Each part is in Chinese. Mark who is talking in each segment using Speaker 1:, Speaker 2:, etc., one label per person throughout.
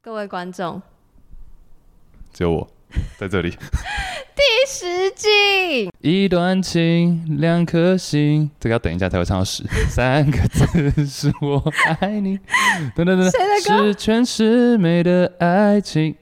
Speaker 1: 各位观众，
Speaker 2: 只有我在这里。
Speaker 1: 第十季
Speaker 2: 一段情，两颗心，这个要等一下才会唱到 十。三个字是我爱你，等等等，
Speaker 1: 谁的歌
Speaker 2: 十全十美的爱情。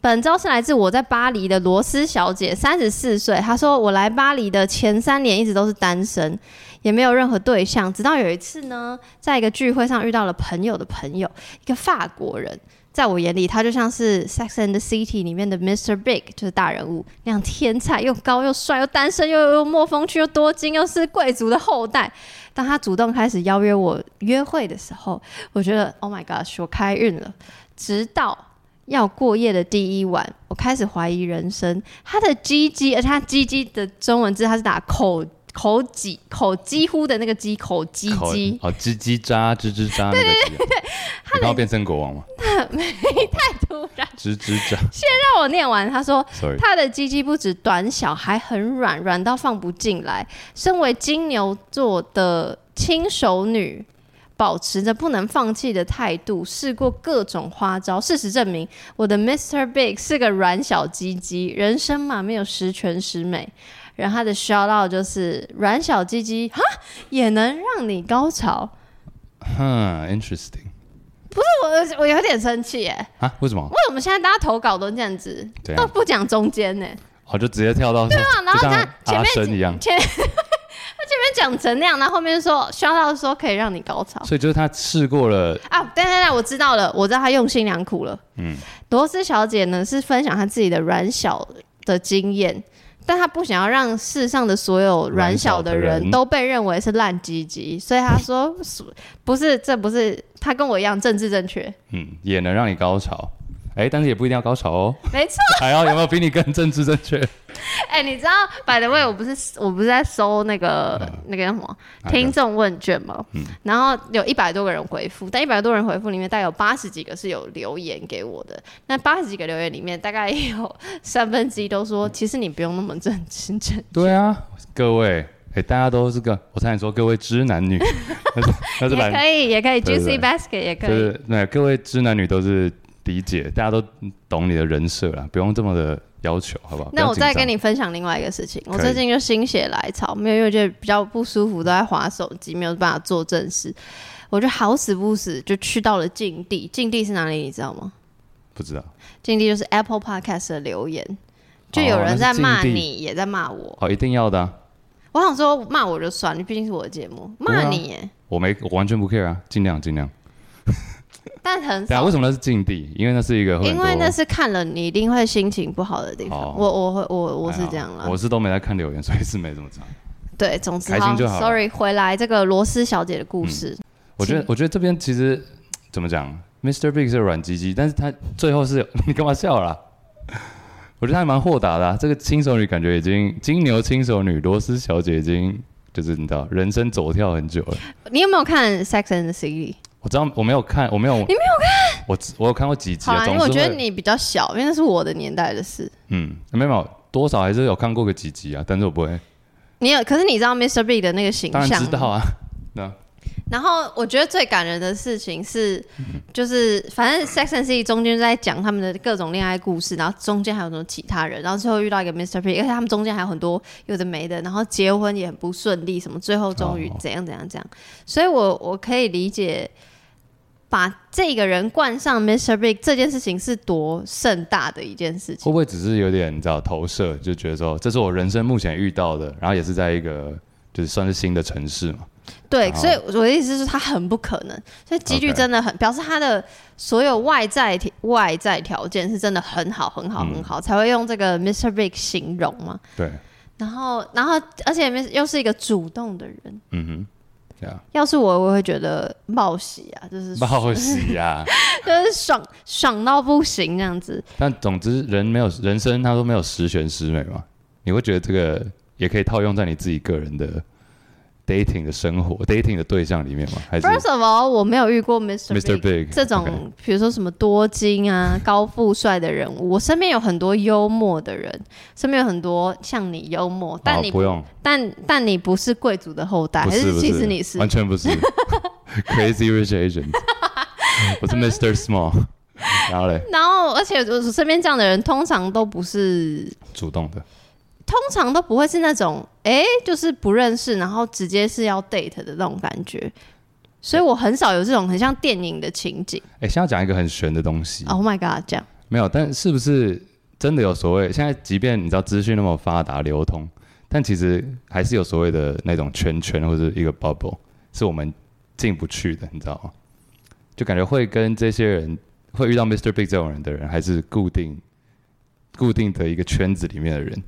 Speaker 1: 本周是来自我在巴黎的罗斯小姐，三十四岁。她说：“我来巴黎的前三年一直都是单身，也没有任何对象。直到有一次呢，在一个聚会上遇到了朋友的朋友，一个法国人。在我眼里，他就像是《Sex and the City》里面的 Mr. Big，就是大人物那样天才，又高又帅，又单身，又又墨风趣，又多金，又是贵族的后代。当他主动开始邀约我约会的时候，我觉得 Oh my God，我开运了。直到要过夜的第一晚，我开始怀疑人生。他的鸡鸡，而且他鸡鸡的中文字，他是打口口几口几乎的那个鸡口鸡
Speaker 2: 口
Speaker 1: 鸡，
Speaker 2: 哦，吱吱喳，吱吱喳那个鸡啊。你刚要变成国王吗？
Speaker 1: 突然
Speaker 2: 吱吱喳
Speaker 1: 让我念完。他说
Speaker 2: ，sorry，
Speaker 1: 他的鸡鸡不止短小，还很软，软到放不进来。身为金牛座的轻熟女，保持着不能放弃的态度，试过各种花招。事实证明，我的 Mr. Big 是个软小鸡鸡，人生嘛没有十全十美。然后他的 shout out 就是软小鸡鸡哈也能让你高潮，
Speaker 2: 哼，interesting
Speaker 1: 我我有点生气耶！
Speaker 2: 啊？为什么
Speaker 1: 为？什么现在大家投稿都这样子，
Speaker 2: 这
Speaker 1: 都
Speaker 2: 样，
Speaker 1: 不讲中间呢？
Speaker 2: 哦，就直接跳到，对
Speaker 1: 哦啊然后
Speaker 2: 就像
Speaker 1: 这样前面哦
Speaker 2: 阿生一样，
Speaker 1: 前他前面讲成那样，然后后面说笑到说可以让你高潮
Speaker 2: 所以就是他试过了，
Speaker 1: 啊！等等等，我知道了，我知道他用心良苦了。
Speaker 2: 嗯，
Speaker 1: 罗斯小姐呢是分享她自己的软小的经验，但她不想要让世上的所有软小的
Speaker 2: 软小的
Speaker 1: 人
Speaker 2: 人
Speaker 1: 都被认为是烂鸡鸡，所以她说不是，这不是她跟我一样政治正确，
Speaker 2: 嗯，也能让你高潮。哎，但是也不一定要高 潮哦，
Speaker 1: 没错。
Speaker 2: 还要有没有比你更政治正确？
Speaker 1: 哎、你知道，by the way，我不是我不是在收那个、那个叫什么
Speaker 2: 嗯哪个嗯
Speaker 1: 听众问卷吗？然后有一百多个人回复，但一百多人回复里面，大概有八十几个是有留言给我的。那八十几个留言里面，大概有三分之一都说，
Speaker 2: 嗯
Speaker 1: 其实你不用那么正经正。
Speaker 2: 对啊，各位，哎、大家都是个，我差点说各位知男女， 那是那是
Speaker 1: 也
Speaker 2: 懒，
Speaker 1: 可以，也可以
Speaker 2: 对
Speaker 1: ，Juicy
Speaker 2: 对对
Speaker 1: Basket 也可
Speaker 2: 就
Speaker 1: 以。
Speaker 2: 是那各位知男女都是理解，大家都懂你的人设啦，不用这么的要求，好不好？
Speaker 1: 那我再跟
Speaker 2: 跟
Speaker 1: 你分享另外一个事情，我
Speaker 2: 可以
Speaker 1: 最近就心血来潮，没有因为觉得比较不舒服，都在划手机，没有办法做正事，我就好死不死就去到了境地。境地是哪里？你知道吗？
Speaker 2: 不知道
Speaker 1: 境地就是 Apple Podcast 的留言，就有
Speaker 2: 哦
Speaker 1: 人在骂你，也在骂我。
Speaker 2: 哦，一定要的、啊，
Speaker 1: 我想说骂我就算，了，毕竟是我的节目，
Speaker 2: 啊
Speaker 1: 骂你耶，
Speaker 2: 我没我完全不 care 啊，尽量尽量。
Speaker 1: 但很
Speaker 2: 对啊，
Speaker 1: 少
Speaker 2: 为，什么那是禁地？因为那是一个会很
Speaker 1: 因为
Speaker 2: 多
Speaker 1: 那是看了你一定会心情不好的地方。
Speaker 2: 哦
Speaker 1: 我我会我我是
Speaker 2: 还好
Speaker 1: 这样啦
Speaker 2: 哎我，是都没在看留言，所以是没怎么查。
Speaker 1: 对，总之
Speaker 2: 开心就好嗯
Speaker 1: s o r r y 回来这个罗斯小姐的故事，
Speaker 2: 我觉得
Speaker 1: 请
Speaker 2: 我觉得这边其实怎么讲，Mr. Big 是软鸡鸡，但是他最后是 有你干嘛笑啦、我觉得他还蛮豁达的、啊，这个轻熟女感觉已经金牛轻熟女罗斯小姐已经就是你知道人生走跳很久了。
Speaker 1: 你有没有看《Sex and the City》？
Speaker 2: 我知道我没有看，我没有你没有看，我只我有看过几集
Speaker 1: 好
Speaker 2: 啊，
Speaker 1: 啦，因
Speaker 2: 总
Speaker 1: 为我
Speaker 2: 是
Speaker 1: 觉得
Speaker 2: 会
Speaker 1: 你比较小，因为那是我的年代的事。
Speaker 2: 嗯没有没有多少还是有看过个几集啊，但是我不会，
Speaker 1: 你有，可是你知道 Mr. B 的那个形
Speaker 2: 当然
Speaker 1: 象
Speaker 2: 知道啊，
Speaker 1: 然后我觉得最感人的事情是，就是反正《Sex and the City》中间就在讲他们的各种恋爱故事，然后中间还有很多其他人，然后最后遇到一个 Mr. P，而且他们中间还有很多有的没的，然后结婚也很不顺利，什么最后终于
Speaker 2: 哦
Speaker 1: 怎样怎样怎样，所以我我可以理解。把这个人冠上 Mr. Big 这件事情是多盛大的一件事情，
Speaker 2: 会不会只是有点你知道投射，就觉得说这是我人生目前遇到的，然后也是在一个就是算是新的城市嘛。
Speaker 1: 对，
Speaker 2: 好
Speaker 1: 所以我的意思是，他很不可能，所以几率
Speaker 2: OK
Speaker 1: 真的很表示他的所有外在条外在条件是真的很好，很好，
Speaker 2: 嗯
Speaker 1: 很好，才会用这个 Mr. Big 形容嘛。
Speaker 2: 对，
Speaker 1: 然后，然后，而且 Mr. 又是一个主动的人，
Speaker 2: 嗯哼，对 啊，
Speaker 1: 要是我，我会觉得冒喜啊，就是
Speaker 2: 报喜呀、
Speaker 1: 就是爽爽到不行这样子。
Speaker 2: 但总之，人没有人生，他都没有十全十美嘛。你会觉得这个也可以套用在你自己个人的 dating 的生活、dating 的对象里面吗？还是
Speaker 1: First of all，我没有遇过 Mr.
Speaker 2: Mr. Big
Speaker 1: 这种比如说什么多金啊、高富帅的人物，我身边有很多幽默的人，身边有很多像你幽默，但
Speaker 2: 好
Speaker 1: 你
Speaker 2: 不用，
Speaker 1: 但但你不是贵族的后代，
Speaker 2: 不
Speaker 1: 还
Speaker 2: 是不
Speaker 1: 其实你是
Speaker 2: 完全不是 crazy rich agent，我是 Mr. Small。然后嘞，
Speaker 1: 然后，而且我身边这样的人，通常都不是，
Speaker 2: 主动的，
Speaker 1: 通常都不会是那种，哎、就是不认识，然后直接是要 date 的那种感觉。所以我很少有这种很像电影的情景。
Speaker 2: 哎，现在讲一个很玄的东西，
Speaker 1: Oh my god，这样
Speaker 2: 没有，但是不是真的有所谓？现在即便你知道资讯那么发达流通，但其实还是有所谓的那种圈圈或者一个 bubble，是我们进不去的，你知道吗？就感觉会跟这些人会遇到 Mr. Big 这种人的人，还是固定固定的一个圈子里面的人。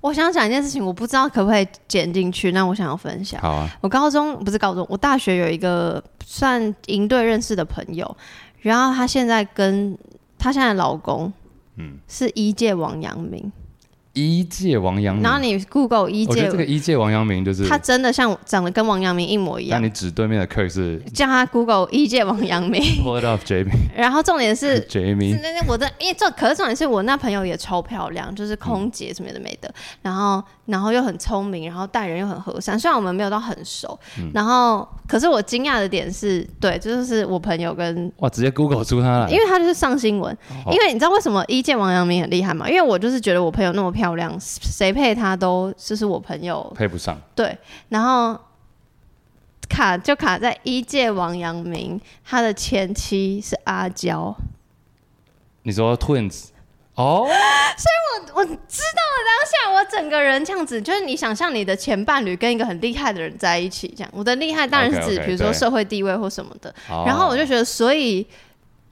Speaker 1: 我想讲一件事情，我不知道可不可以剪进去，那我想要分享。
Speaker 2: 好啊，
Speaker 1: 我高中不是高中，我大学有一个算营队认识的朋友，然后她现在跟她现在的老公，嗯，是一届王阳明。
Speaker 2: 一届王阳明
Speaker 1: 然后，你 Google 一
Speaker 2: 嗯我觉
Speaker 1: 届
Speaker 2: 得这，个一届王阳明就是
Speaker 1: 他真的像长得跟王阳明一模一
Speaker 2: 但
Speaker 1: 样。
Speaker 2: 你指对面的 Kirk 是
Speaker 1: 叫他 Google 一届王阳明，
Speaker 2: Pull it off Jamie
Speaker 1: 然后重点是
Speaker 2: Jamie
Speaker 1: 是那那我的，因为这可是重点是我那朋友也超漂亮，就是空姐什么的没的，然后然后又很聪明，然后待人又很和善。虽然我们没有到很熟，
Speaker 2: 嗯
Speaker 1: 然后可是我惊讶的点是，对，这就是我朋友跟，
Speaker 2: 哇，直接 Google 出他
Speaker 1: 因
Speaker 2: 来，
Speaker 1: 为他就是上新闻，
Speaker 2: 嗯哦
Speaker 1: 因为你知道为什么一见王阳明很厉害吗？因为我就是觉得我朋友那么漂亮，谁配她都就是我朋友
Speaker 2: 配不上。
Speaker 1: 对，然后卡就卡在一届王阳明，他的前妻是阿娇。
Speaker 2: 你说 Twins 哦，
Speaker 1: 我知道了当下，我整个人这样子，就是你想象你的前伴侣跟一个很厉害的人在一起，这样。我的厉害当然是指
Speaker 2: OK，OK，
Speaker 1: 比如说
Speaker 2: 对
Speaker 1: 社会地位或什么的。
Speaker 2: 哦
Speaker 1: 然后我就觉得，所以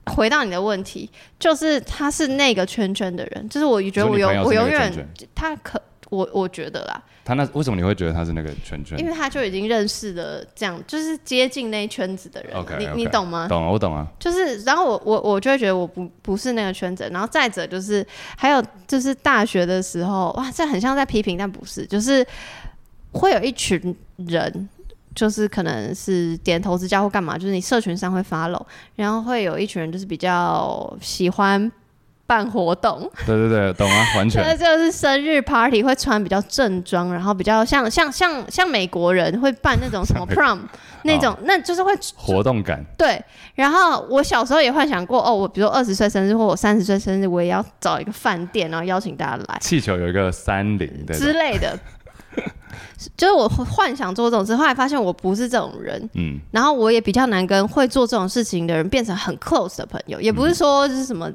Speaker 1: 回到你的问题，就是他是那个圈圈的人，就是我觉得我
Speaker 2: 你
Speaker 1: 永
Speaker 2: 说你朋友
Speaker 1: 我
Speaker 2: 是
Speaker 1: 永
Speaker 2: 那个圈
Speaker 1: 远
Speaker 2: 圈
Speaker 1: 他可我我觉得啦，
Speaker 2: 他那为什么你会觉得他是那个圈圈？
Speaker 1: 因为他就已经认识了这样，就是接近那一圈子的人了
Speaker 2: OK，
Speaker 1: 你
Speaker 2: OK
Speaker 1: 你懂吗？
Speaker 2: 懂啊，我懂啊。
Speaker 1: 就是，然后我我我就会觉得我不不是那个圈子，然后再者就是，还有就是大学的时候，哇，这很像在批评，但不是，就是会有一群人，就是可能是点头之交或干嘛，就是你社群上会发漏，然后会有一群人就是比较喜欢办活动，
Speaker 2: 对对对，懂 啊，完
Speaker 1: 这
Speaker 2: 全。
Speaker 1: 就是生日 party 会穿比较正装，然后比较像像像像美国人会办那种什么 prom 那种，那就是会
Speaker 2: 活动感，
Speaker 1: 对，然后我小时候也幻想过，哦，我比如说二十岁生日或我三十岁生日，我也要找一个饭店，然后邀请大家来
Speaker 2: 气球有一个三零对
Speaker 1: 之
Speaker 2: 的，
Speaker 1: 类 的。就是我幻想做这种事，后来发现我不是这种人，
Speaker 2: 嗯，
Speaker 1: 然后我也比较难跟会做这种事情的人变成很 close 的朋友，也不是说就是什么，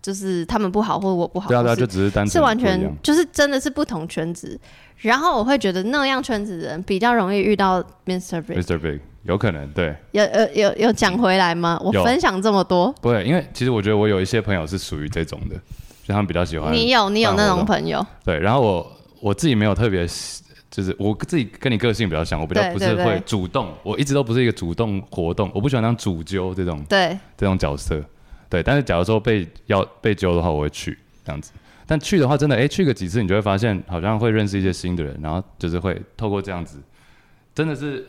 Speaker 1: 就是他们不好或者我不好，
Speaker 2: 对啊对啊，
Speaker 1: 不是
Speaker 2: 就只是单纯
Speaker 1: 是完
Speaker 2: 不一
Speaker 1: 全
Speaker 2: 样
Speaker 1: 就是真的是不同圈子。然后我会觉得那样圈子的人比较容易遇到 Mr. Big。
Speaker 2: Mr. Big 有可能对，
Speaker 1: 有有有有讲回来吗？我
Speaker 2: 呃有
Speaker 1: 分享这么多，
Speaker 2: 不会，因为其实我觉得我有一些朋友是属于这种的，就他们比较喜欢
Speaker 1: 你有你有那种朋友，
Speaker 2: 对，然后我我自己没有特别喜，就是我自己跟你个性比较像，我比较
Speaker 1: 对
Speaker 2: 不
Speaker 1: 对
Speaker 2: 是
Speaker 1: 对
Speaker 2: 会主动，我一直都不是一个主动活动，我不喜欢当主揪这种
Speaker 1: 对，
Speaker 2: 这种角色。对，但是假如说被要被揪的话，我会去这样子。但去的话，真的，哎、去个几次，你就会发现好像会认识一些新的人，然后就是会透过这样子，真的是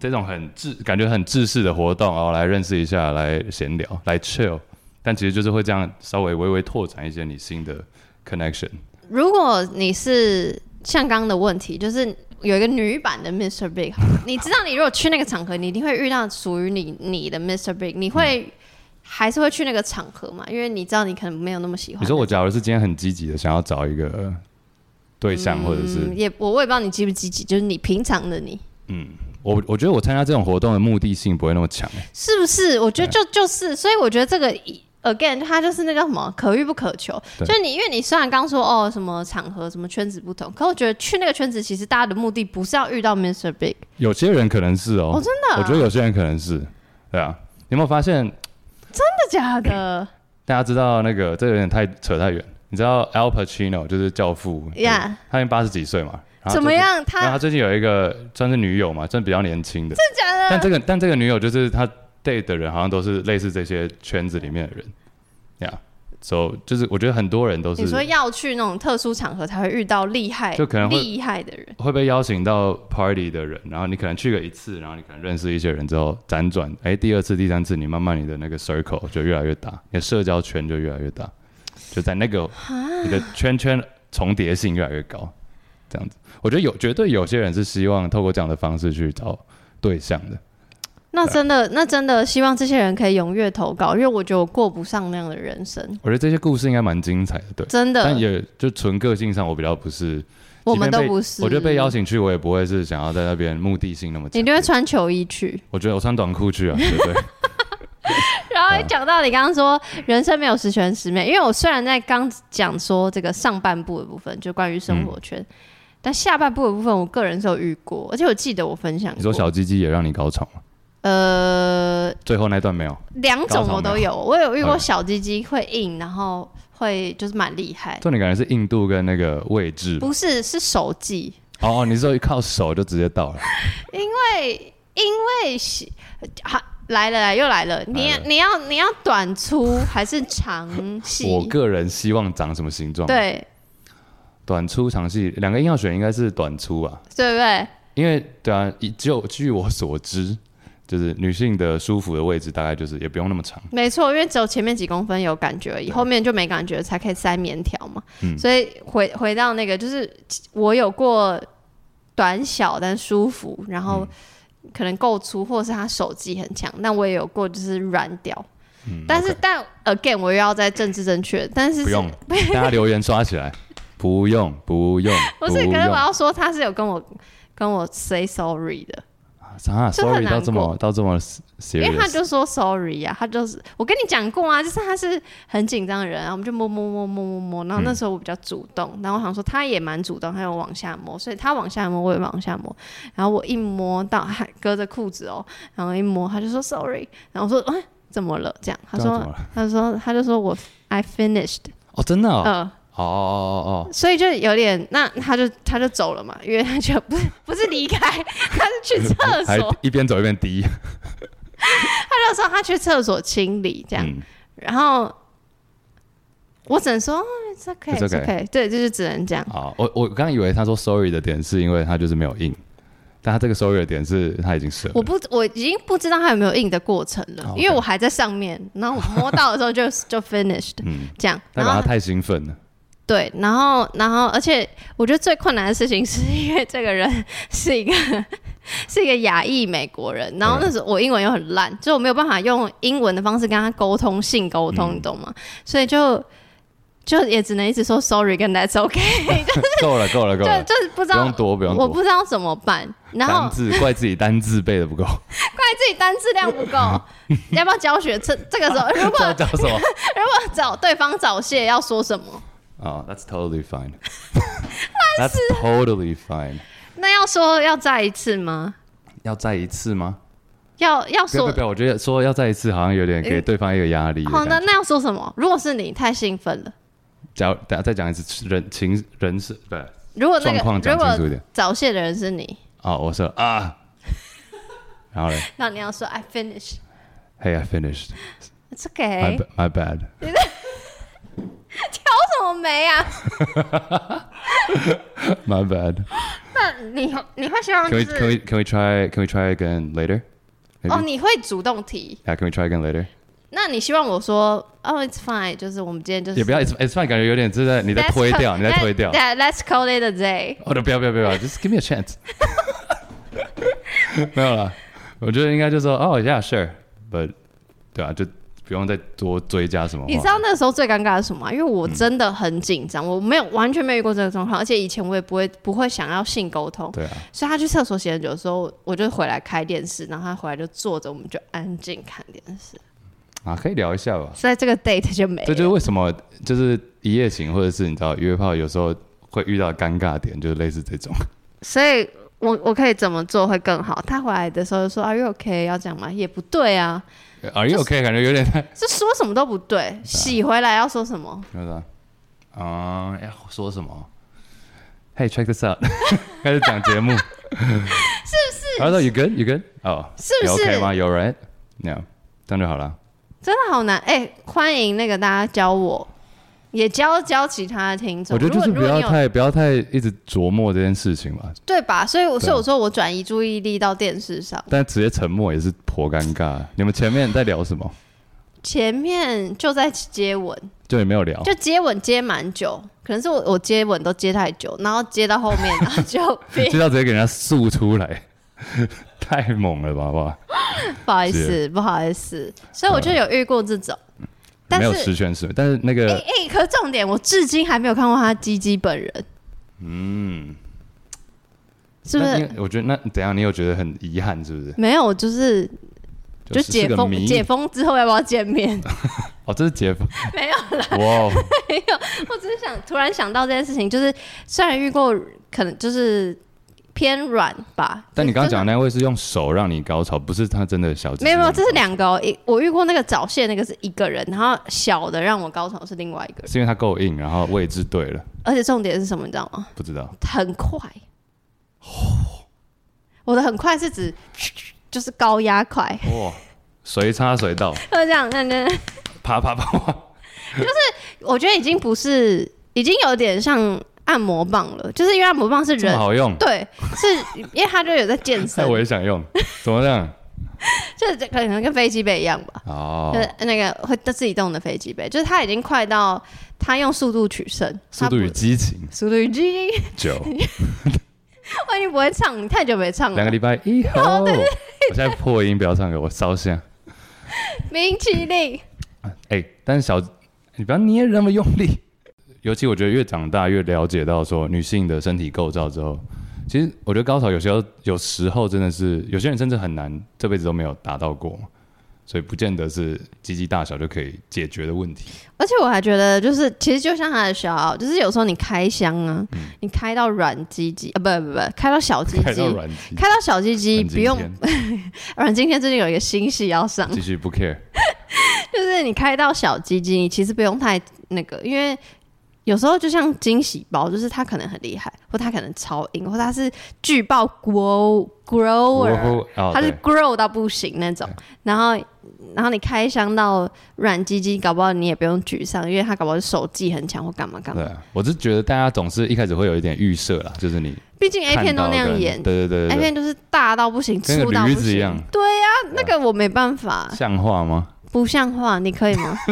Speaker 2: 这种很制，感觉很制式的活动，然后来认识一下，来闲聊，来 chill。但其实就是会这样稍微微微拓展一些你新的 connection。
Speaker 1: 如果你是像刚刚的问题，就是有一个女版的 Mr. Big，好了你知道，你如果去那个场合，你一定会遇到属于你你的 Mr. Big，你会、
Speaker 2: 嗯
Speaker 1: 还是会去那个场合嘛？因为你知道你可能没有那么喜欢。
Speaker 2: 你说我假如是今天很积极的想要找一个呃对象，或者是
Speaker 1: 嗯，也我我也不知道你积不积极，就是你平常的你
Speaker 2: 我我觉得我参加这种活动的目的性不会那么强、
Speaker 1: 是不是？我觉得就就是，所以我觉得这个一 again 它就是那个什么可遇不可求，
Speaker 2: 对
Speaker 1: 就是你因为你虽然刚说哦什么场合什么圈子不同，可我觉得去那个圈子其实大家的目的不是要遇到 Mr. Big，
Speaker 2: 有些人可能是哦，
Speaker 1: 哦真的啊
Speaker 2: 我觉得有些人可能是，对啊。你有没有发现，
Speaker 1: 真的假 的？
Speaker 2: 大家知道那个这有点太扯太远？你知道 Al Pacino 就是教父
Speaker 1: Yeah
Speaker 2: 嗯他已经八十几岁嘛，然后
Speaker 1: 怎么
Speaker 2: 最近？
Speaker 1: 样？
Speaker 2: 然后
Speaker 1: 他
Speaker 2: 啊他最近有一个算是女友嘛，算比较年轻的，
Speaker 1: 真的假的？
Speaker 2: 但这个但这个女友就是他 date 的人，好像都是类似这些圈子里面的人，呀、yeah.，so 就是我觉得很多人都是
Speaker 1: 你说要去那种特殊场合才会遇到厉害，
Speaker 2: 就可能会啊
Speaker 1: 厉害的人，
Speaker 2: 会被邀请到 party 的人，然后你可能去个一次，然后你可能认识一些人之后，辗转，哎，第二次、第三次，你慢慢你的那个 circle 就越来越大，你的社交圈就越来越大，就在那个你的圈圈重叠性越来越高，这样子，我觉得有绝对有些人是希望透过这样的方式去找对象的，
Speaker 1: 那真的，那真的希望这些人可以踊跃投稿，因为我觉得我过不上那样的人生，
Speaker 2: 我觉得这些故事应该蛮精彩的，对。
Speaker 1: 真
Speaker 2: 但
Speaker 1: 的，
Speaker 2: 也就纯个性上，我比较不是，
Speaker 1: 我们
Speaker 2: 即便
Speaker 1: 都
Speaker 2: 被
Speaker 1: 不是。
Speaker 2: 我觉得被邀，请去，我也不会是想要在那边目的性那么强。
Speaker 1: 你就会穿球衣去。
Speaker 2: 我觉得我穿短裤去啊，对不对？
Speaker 1: 然
Speaker 2: 啊
Speaker 1: 后讲到你刚刚说人生没有十全十美，因为我虽然在刚讲说这个上半部的部分，就关于生
Speaker 2: 嗯
Speaker 1: 活圈，但下半部的部分，我个人是有遇过，而且我记得我分享过。
Speaker 2: 你说小鸡鸡也让你高潮吗？
Speaker 1: 呃，
Speaker 2: 最后那段没有，
Speaker 1: 两种我都有，我有遇过
Speaker 2: OK
Speaker 1: 小鸡鸡会硬，然后会就是蛮厉害，
Speaker 2: 重点感觉是硬度跟那个位置。
Speaker 1: 不是是手技，
Speaker 2: 哦哦，你说一靠手就直接到 了，
Speaker 1: 对，因为喜好、来了来又来了，你
Speaker 2: 来了
Speaker 1: 你要你要短粗还是长细？
Speaker 2: 我个人希望长什么形状？，
Speaker 1: 对
Speaker 2: 短粗长细两个硬要选，应该是短粗吧？
Speaker 1: 对不对？
Speaker 2: 因为对啊，以就据我所知，就是女性的舒服的位置大概就是也不用那么长。
Speaker 1: 没错，因为只有前面几公分有感觉而已，后面就没感觉，才可以塞棉条嘛。
Speaker 2: 嗯
Speaker 1: 所以回回到那个，就是我有过短小但舒服，然
Speaker 2: 嗯
Speaker 1: 后可能够粗，或是他手技很强，但我也有过就是软屌。嗯但是
Speaker 2: 嗯 OK
Speaker 1: 但 again 我又要再政治正确，但是
Speaker 2: 不
Speaker 1: 是
Speaker 2: 用， 大家留言刷起来，不用不用，
Speaker 1: 不是，
Speaker 2: 用
Speaker 1: 可是我要说他是有跟我跟我 say sorry 的，
Speaker 2: 啊
Speaker 1: 就很
Speaker 2: ，sorry
Speaker 1: 难
Speaker 2: 到这么
Speaker 1: 过
Speaker 2: 到这么
Speaker 1: 因为他
Speaker 2: serious，
Speaker 1: 就说 sorry 啊，他就是我跟你讲过啊，就是他是很紧张的人啊，我们就摸摸摸摸摸摸，然后那时候我比较主动，然后我想说他也蛮主动，他有往下摸，所以他往下摸，我也往下摸，然后我一摸到还隔着裤子哦，然后一摸他就说 sorry，然后我说哎、怎么了？这样他
Speaker 2: 对啊怎
Speaker 1: 说
Speaker 2: 么了
Speaker 1: 他说他就说我 I finished，
Speaker 2: 哦，真的哦，哦
Speaker 1: 呃，
Speaker 2: 哦哦哦，
Speaker 1: 所以就有点那他就他就走了嘛，因为他就不是不是离开， 他是去厕
Speaker 2: 还
Speaker 1: 所，
Speaker 2: 一边走一边滴，
Speaker 1: 他就说他去厕所清理这样。
Speaker 2: 嗯，
Speaker 1: 然后我只能说哦这可以，
Speaker 2: It's
Speaker 1: 这
Speaker 2: okay
Speaker 1: 可以，对，就是只能这样。
Speaker 2: 好，啊我我刚刚以为他说 sorry 的点是因为他就是没有硬，但他这个 sorry 的点是他已经射了，
Speaker 1: 我不，我已经不知道他有没有硬的过程了
Speaker 2: 哦 OK
Speaker 1: 因为我还在上面，然后我摸到的时候就 就 finished
Speaker 2: 嗯，
Speaker 1: 这样，
Speaker 2: 代
Speaker 1: 然
Speaker 2: 表他
Speaker 1: 后
Speaker 2: 太兴奋了，
Speaker 1: 对，然后然后，而且我觉得最困难的事情是因为这个人是一个 是一个亚裔美国人，然后那时候我英文又很烂，就是我没有办法用英文的方式跟他沟通性沟通，
Speaker 2: 嗯
Speaker 1: 你懂吗？所以就就也只能一直说 sorry 跟 that's okay，
Speaker 2: 够了够了够
Speaker 1: 就
Speaker 2: 了，
Speaker 1: 就是不知
Speaker 2: 不用
Speaker 1: 道
Speaker 2: 多不用
Speaker 1: 我
Speaker 2: 多，
Speaker 1: 不知道怎么办，然后
Speaker 2: 单字怪自己单字背的不够，
Speaker 1: 怪自己单质量不够， 要不要教学？这这个时候， 如
Speaker 2: 知道
Speaker 1: 果
Speaker 2: 叫什么？
Speaker 1: 找对方早泄要说什么？
Speaker 2: 哦、t h a t s totally fine。That's totally fine。
Speaker 1: 那要说要再一次吗？
Speaker 2: 要再一次吗？
Speaker 1: 要要
Speaker 2: 不要
Speaker 1: 说
Speaker 2: 不要不要！我觉得说要再一次，好像有点给对方一个压力的
Speaker 1: 好，
Speaker 2: 感
Speaker 1: 那
Speaker 2: 觉。
Speaker 1: 那要说什么？如果是你太兴奋了，
Speaker 2: 假如等下再讲一次人情人事对
Speaker 1: 如果那
Speaker 2: 状况
Speaker 1: 个如
Speaker 2: 讲清楚
Speaker 1: 果
Speaker 2: 一点。
Speaker 1: 早泄的人是你，
Speaker 2: 哦，我说啊， 然后嘞
Speaker 1: 那你要说 I finish。
Speaker 2: ，Hey, I finished.
Speaker 1: It's okay，
Speaker 2: My ba- my bad.
Speaker 1: 挑什么眉啊？
Speaker 2: My bad.
Speaker 1: 那你你会希望
Speaker 2: Can
Speaker 1: 就
Speaker 2: we can
Speaker 1: 是
Speaker 2: we can we try can we try again later?
Speaker 1: 哦，
Speaker 2: Maybe.
Speaker 1: 你会主动提？
Speaker 2: Yeah, can we try again later?
Speaker 1: 那你希望我说哦，It's fine，就是我们今天就是
Speaker 2: 也不要 it's it's fine，感觉有点是在你在
Speaker 1: Let's
Speaker 2: 推
Speaker 1: call-
Speaker 2: 掉，你在推掉
Speaker 1: let-。let- Let's call it a day。
Speaker 2: 哦，不要不要不要，just give me a chance。没有啦，我觉得应该就说哦、oh,，yeah sure，but 对啊，就不用再多追加什么话。
Speaker 1: 你知道那时候最尴尬的是什么吗？因为
Speaker 2: 嗯
Speaker 1: 我真的很紧张，我没有完全没有遇过这个状况，而且以前我也不会不会想要性沟通，
Speaker 2: 对啊，
Speaker 1: 所以他去厕所洗很久的时候，我就回来开电视，然后他回来就坐着，我们就安静看电视，
Speaker 2: 啊，可以聊一下吧。
Speaker 1: 所以这个 date 就没
Speaker 2: 这就是
Speaker 1: 了。
Speaker 2: 为什么就是一夜情或者是你知道约炮有时候会遇到尴尬点，就是类似这种。
Speaker 1: 所以我我可以怎么做会更好？他回来的时候就说 Are you OK？要这样吗？也不对啊，
Speaker 2: Are you OK？感觉有点太，
Speaker 1: 这说什么都不
Speaker 2: 啊
Speaker 1: 对。洗回来要说什么？
Speaker 2: 有点啊，要说什么？Hey, check this out，开 始讲节目， 是不是？他说 You good? You good? 哦，
Speaker 1: 是不是
Speaker 2: o k 吗？You alright? No，这样就好了。
Speaker 1: 真的好难。哎、欢迎那个大家教我，也教教其他的听众。
Speaker 2: 我觉得就是
Speaker 1: 如果
Speaker 2: 不
Speaker 1: 如果
Speaker 2: 要
Speaker 1: 你有
Speaker 2: 太不要太一直琢磨这件事情吧，
Speaker 1: 对吧？所以我
Speaker 2: 对啊
Speaker 1: 所以我说我转移注意力到电视上。
Speaker 2: 但直接沉默也是颇尴尬。你们前面在聊 什么？
Speaker 1: 前面就在接吻，
Speaker 2: 就也没有聊，
Speaker 1: 就接吻接蛮久，可能是我我接 吻都接太久，然后接到后面然后就变
Speaker 2: 接到直接给人家诉出来，太猛了吧，哇！
Speaker 1: 不好意思
Speaker 2: 是，
Speaker 1: 不好意思，所以我就有遇过这种，但
Speaker 2: 没有
Speaker 1: 是
Speaker 2: 十全十美，但是那
Speaker 1: 哎
Speaker 2: 个、
Speaker 1: 哎，可是重点我至今还没有看过他鸡鸡本人，
Speaker 2: 嗯，
Speaker 1: 是不
Speaker 2: 那
Speaker 1: 是？
Speaker 2: 你我觉得那怎样？你有觉得很遗憾是不是？
Speaker 1: 没有，就是就是
Speaker 2: 是
Speaker 1: 解
Speaker 2: 个
Speaker 1: 封
Speaker 2: 谜
Speaker 1: 解封之后要不要见 面？
Speaker 2: 哦，这是解 封
Speaker 1: 没
Speaker 2: 有啦，哇哦，
Speaker 1: 我只是想突然想到这件事情，就是虽然遇过可能就是偏软吧，
Speaker 2: 但你刚刚
Speaker 1: 就是
Speaker 2: 讲的那位是用手让你高潮，不是他真的小鸡鸡
Speaker 1: 没有没有，
Speaker 2: 让你
Speaker 1: 这是
Speaker 2: 高潮
Speaker 1: 两个、哦，一我遇过那个早泄那个是一个人，然后小的让我高潮是另外一个人，
Speaker 2: 是因为他够硬，然后位置对了，
Speaker 1: 而且重点是什么，你知道吗？
Speaker 2: 不知道
Speaker 1: 很快。
Speaker 2: 哦
Speaker 1: 我的很快是指就是高压快，
Speaker 2: 哇，随插随到，
Speaker 1: 就这样，那那
Speaker 2: 啪啪啪啪，
Speaker 1: 我觉得已经不是，已经有点像按摩棒了，就是因为按摩棒是
Speaker 2: 这么
Speaker 1: 人。
Speaker 2: 好用，
Speaker 1: 对，是因为他就有在健身
Speaker 2: 那，我也想用，怎么这样？
Speaker 1: 就是可能跟飞机杯一样吧，
Speaker 2: 哦
Speaker 1: 就，是那个会自己动的飞机杯，就是它已经快到它用速度取胜，
Speaker 2: 速度与
Speaker 1: 它不
Speaker 2: 激情
Speaker 1: 速度与激 情，
Speaker 2: 九，
Speaker 1: 我已经不会唱，你太久没唱
Speaker 2: 两个
Speaker 1: 了。
Speaker 2: 礼拜以
Speaker 1: 哦
Speaker 2: 后，我现在破音不要唱给我烧香。
Speaker 1: 冰淇淋，
Speaker 2: 哎、但是小，你不要捏那么用力。尤其我觉得越长大越了解到说女性的身体构造之后，其实我觉得高潮有时候有时候真的是有些人甚至很难这辈子都没有达到过嘛，所以不见得是鸡鸡大小就可以解决的问题。
Speaker 1: 而且我还觉得就是，其实就像他的小奥，就是有时候你开箱啊，你开到软鸡鸡啊，不不不，开到小 鸡
Speaker 2: 嗯开
Speaker 1: 鸡
Speaker 2: 到，软鸡，
Speaker 1: 开到小鸡鸡
Speaker 2: 很
Speaker 1: 不
Speaker 2: 惊
Speaker 1: 用
Speaker 2: 天
Speaker 1: 软。今天最近有一个新戏要上，
Speaker 2: 继 续不 care，
Speaker 1: 就是你开到小鸡鸡，你其实不用太那个，因为有时候就像惊喜包，就是它可能很厉害，或它可能超硬，或它是巨爆 grow grower，
Speaker 2: 哦哦
Speaker 1: 它是
Speaker 2: 对
Speaker 1: grow 到不行那种。然后，然后你开箱到软鸡鸡，搞不好你也不用沮丧，因为它搞不好是手技很强或干嘛干嘛
Speaker 2: 对。啊，我是觉得大家总是一开始会有一点预设啦，就是你
Speaker 1: 毕竟 A
Speaker 2: 看
Speaker 1: 片都
Speaker 2: 到
Speaker 1: 那样
Speaker 2: 跟
Speaker 1: 演
Speaker 2: 对对对
Speaker 1: ，A
Speaker 2: 对
Speaker 1: 片就是大到不行，
Speaker 2: 跟个
Speaker 1: 粗到
Speaker 2: 驴
Speaker 1: 不
Speaker 2: 子一
Speaker 1: 行
Speaker 2: 样。啊
Speaker 1: 对呀、那个我没办法
Speaker 2: 对，，像话吗？
Speaker 1: 不像话，你可以吗？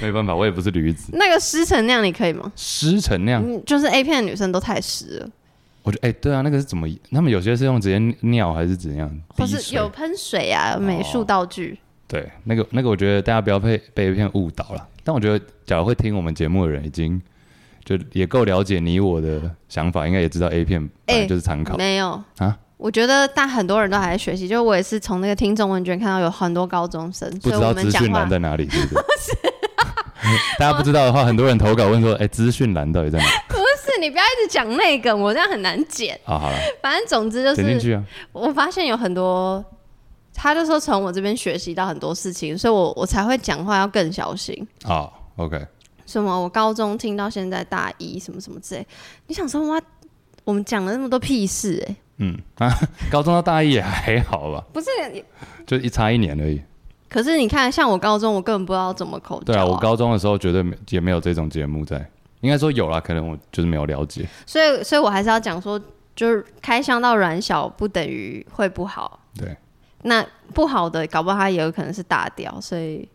Speaker 2: 没办法，我也不是驴子，
Speaker 1: 那个湿成那样，你可以吗？
Speaker 2: 湿成那样，
Speaker 1: 嗯，就是 A 片的女生都太湿了，
Speaker 2: 我觉得哎、对啊，那个是怎么？他们有些是用直接尿还是怎样？
Speaker 1: 或
Speaker 2: 滴
Speaker 1: 是
Speaker 2: 水哦
Speaker 1: 有喷水啊，美术道具。
Speaker 2: 对那个那个，我觉得大家不要被被一片误导了。但我觉得，假如会听我们节目的人，已经就也够了解你我的想法，应该也知道 A 片本来就是参考。
Speaker 1: 哎没有
Speaker 2: 啊。
Speaker 1: 我觉得大很多人都还在学习，就我也是从那个听众问卷看到有很多高中生，
Speaker 2: 不
Speaker 1: 所以
Speaker 2: 知
Speaker 1: 我
Speaker 2: 道
Speaker 1: 们
Speaker 2: 资
Speaker 1: 讲
Speaker 2: 讯
Speaker 1: 话
Speaker 2: 栏在哪里，对不对？ 大家不知道的话，很多人投稿问说：“哎、资讯栏到底在哪
Speaker 1: 不是你不要一直讲那个，我这样很难剪。？”
Speaker 2: 啊，好了，
Speaker 1: 反正总之就
Speaker 2: 点进
Speaker 1: 是，
Speaker 2: 去啊。
Speaker 1: 我发现有很多，他就说从我这边学习到很多事情，所以我我才会讲话要更小心。
Speaker 2: 啊，OK，
Speaker 1: 什么我高中听到现在大一什么什么之类，你想说哇，我们讲了那么多屁事哎、欸
Speaker 2: 嗯 啊，高中到大一也还好吧，
Speaker 1: 不是
Speaker 2: 就一差一年而已。
Speaker 1: 可是你看，像我高中，我根本不知道怎么口交、
Speaker 2: 对啊，我，高中的时候绝对没也没有这种节目在，应该说有啦，可能我就是没有了解。
Speaker 1: 所以，所以我还是要讲说，就是开箱到软小不等于会不好。
Speaker 2: 对，
Speaker 1: 那不好的，搞不好它也有可能是大掉，所以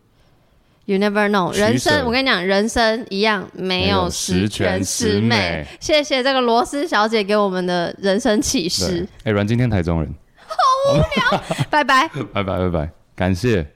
Speaker 1: you never know。
Speaker 2: 取舍
Speaker 1: 人生，我跟你讲，人生一样没有
Speaker 2: 十全
Speaker 1: 全
Speaker 2: 十
Speaker 1: 美。。谢谢这个罗斯小姐给我们的人生启
Speaker 2: 对
Speaker 1: 示，，
Speaker 2: 哎，阮今天台中人，
Speaker 1: 拜拜。
Speaker 2: 拜拜拜拜，感谢。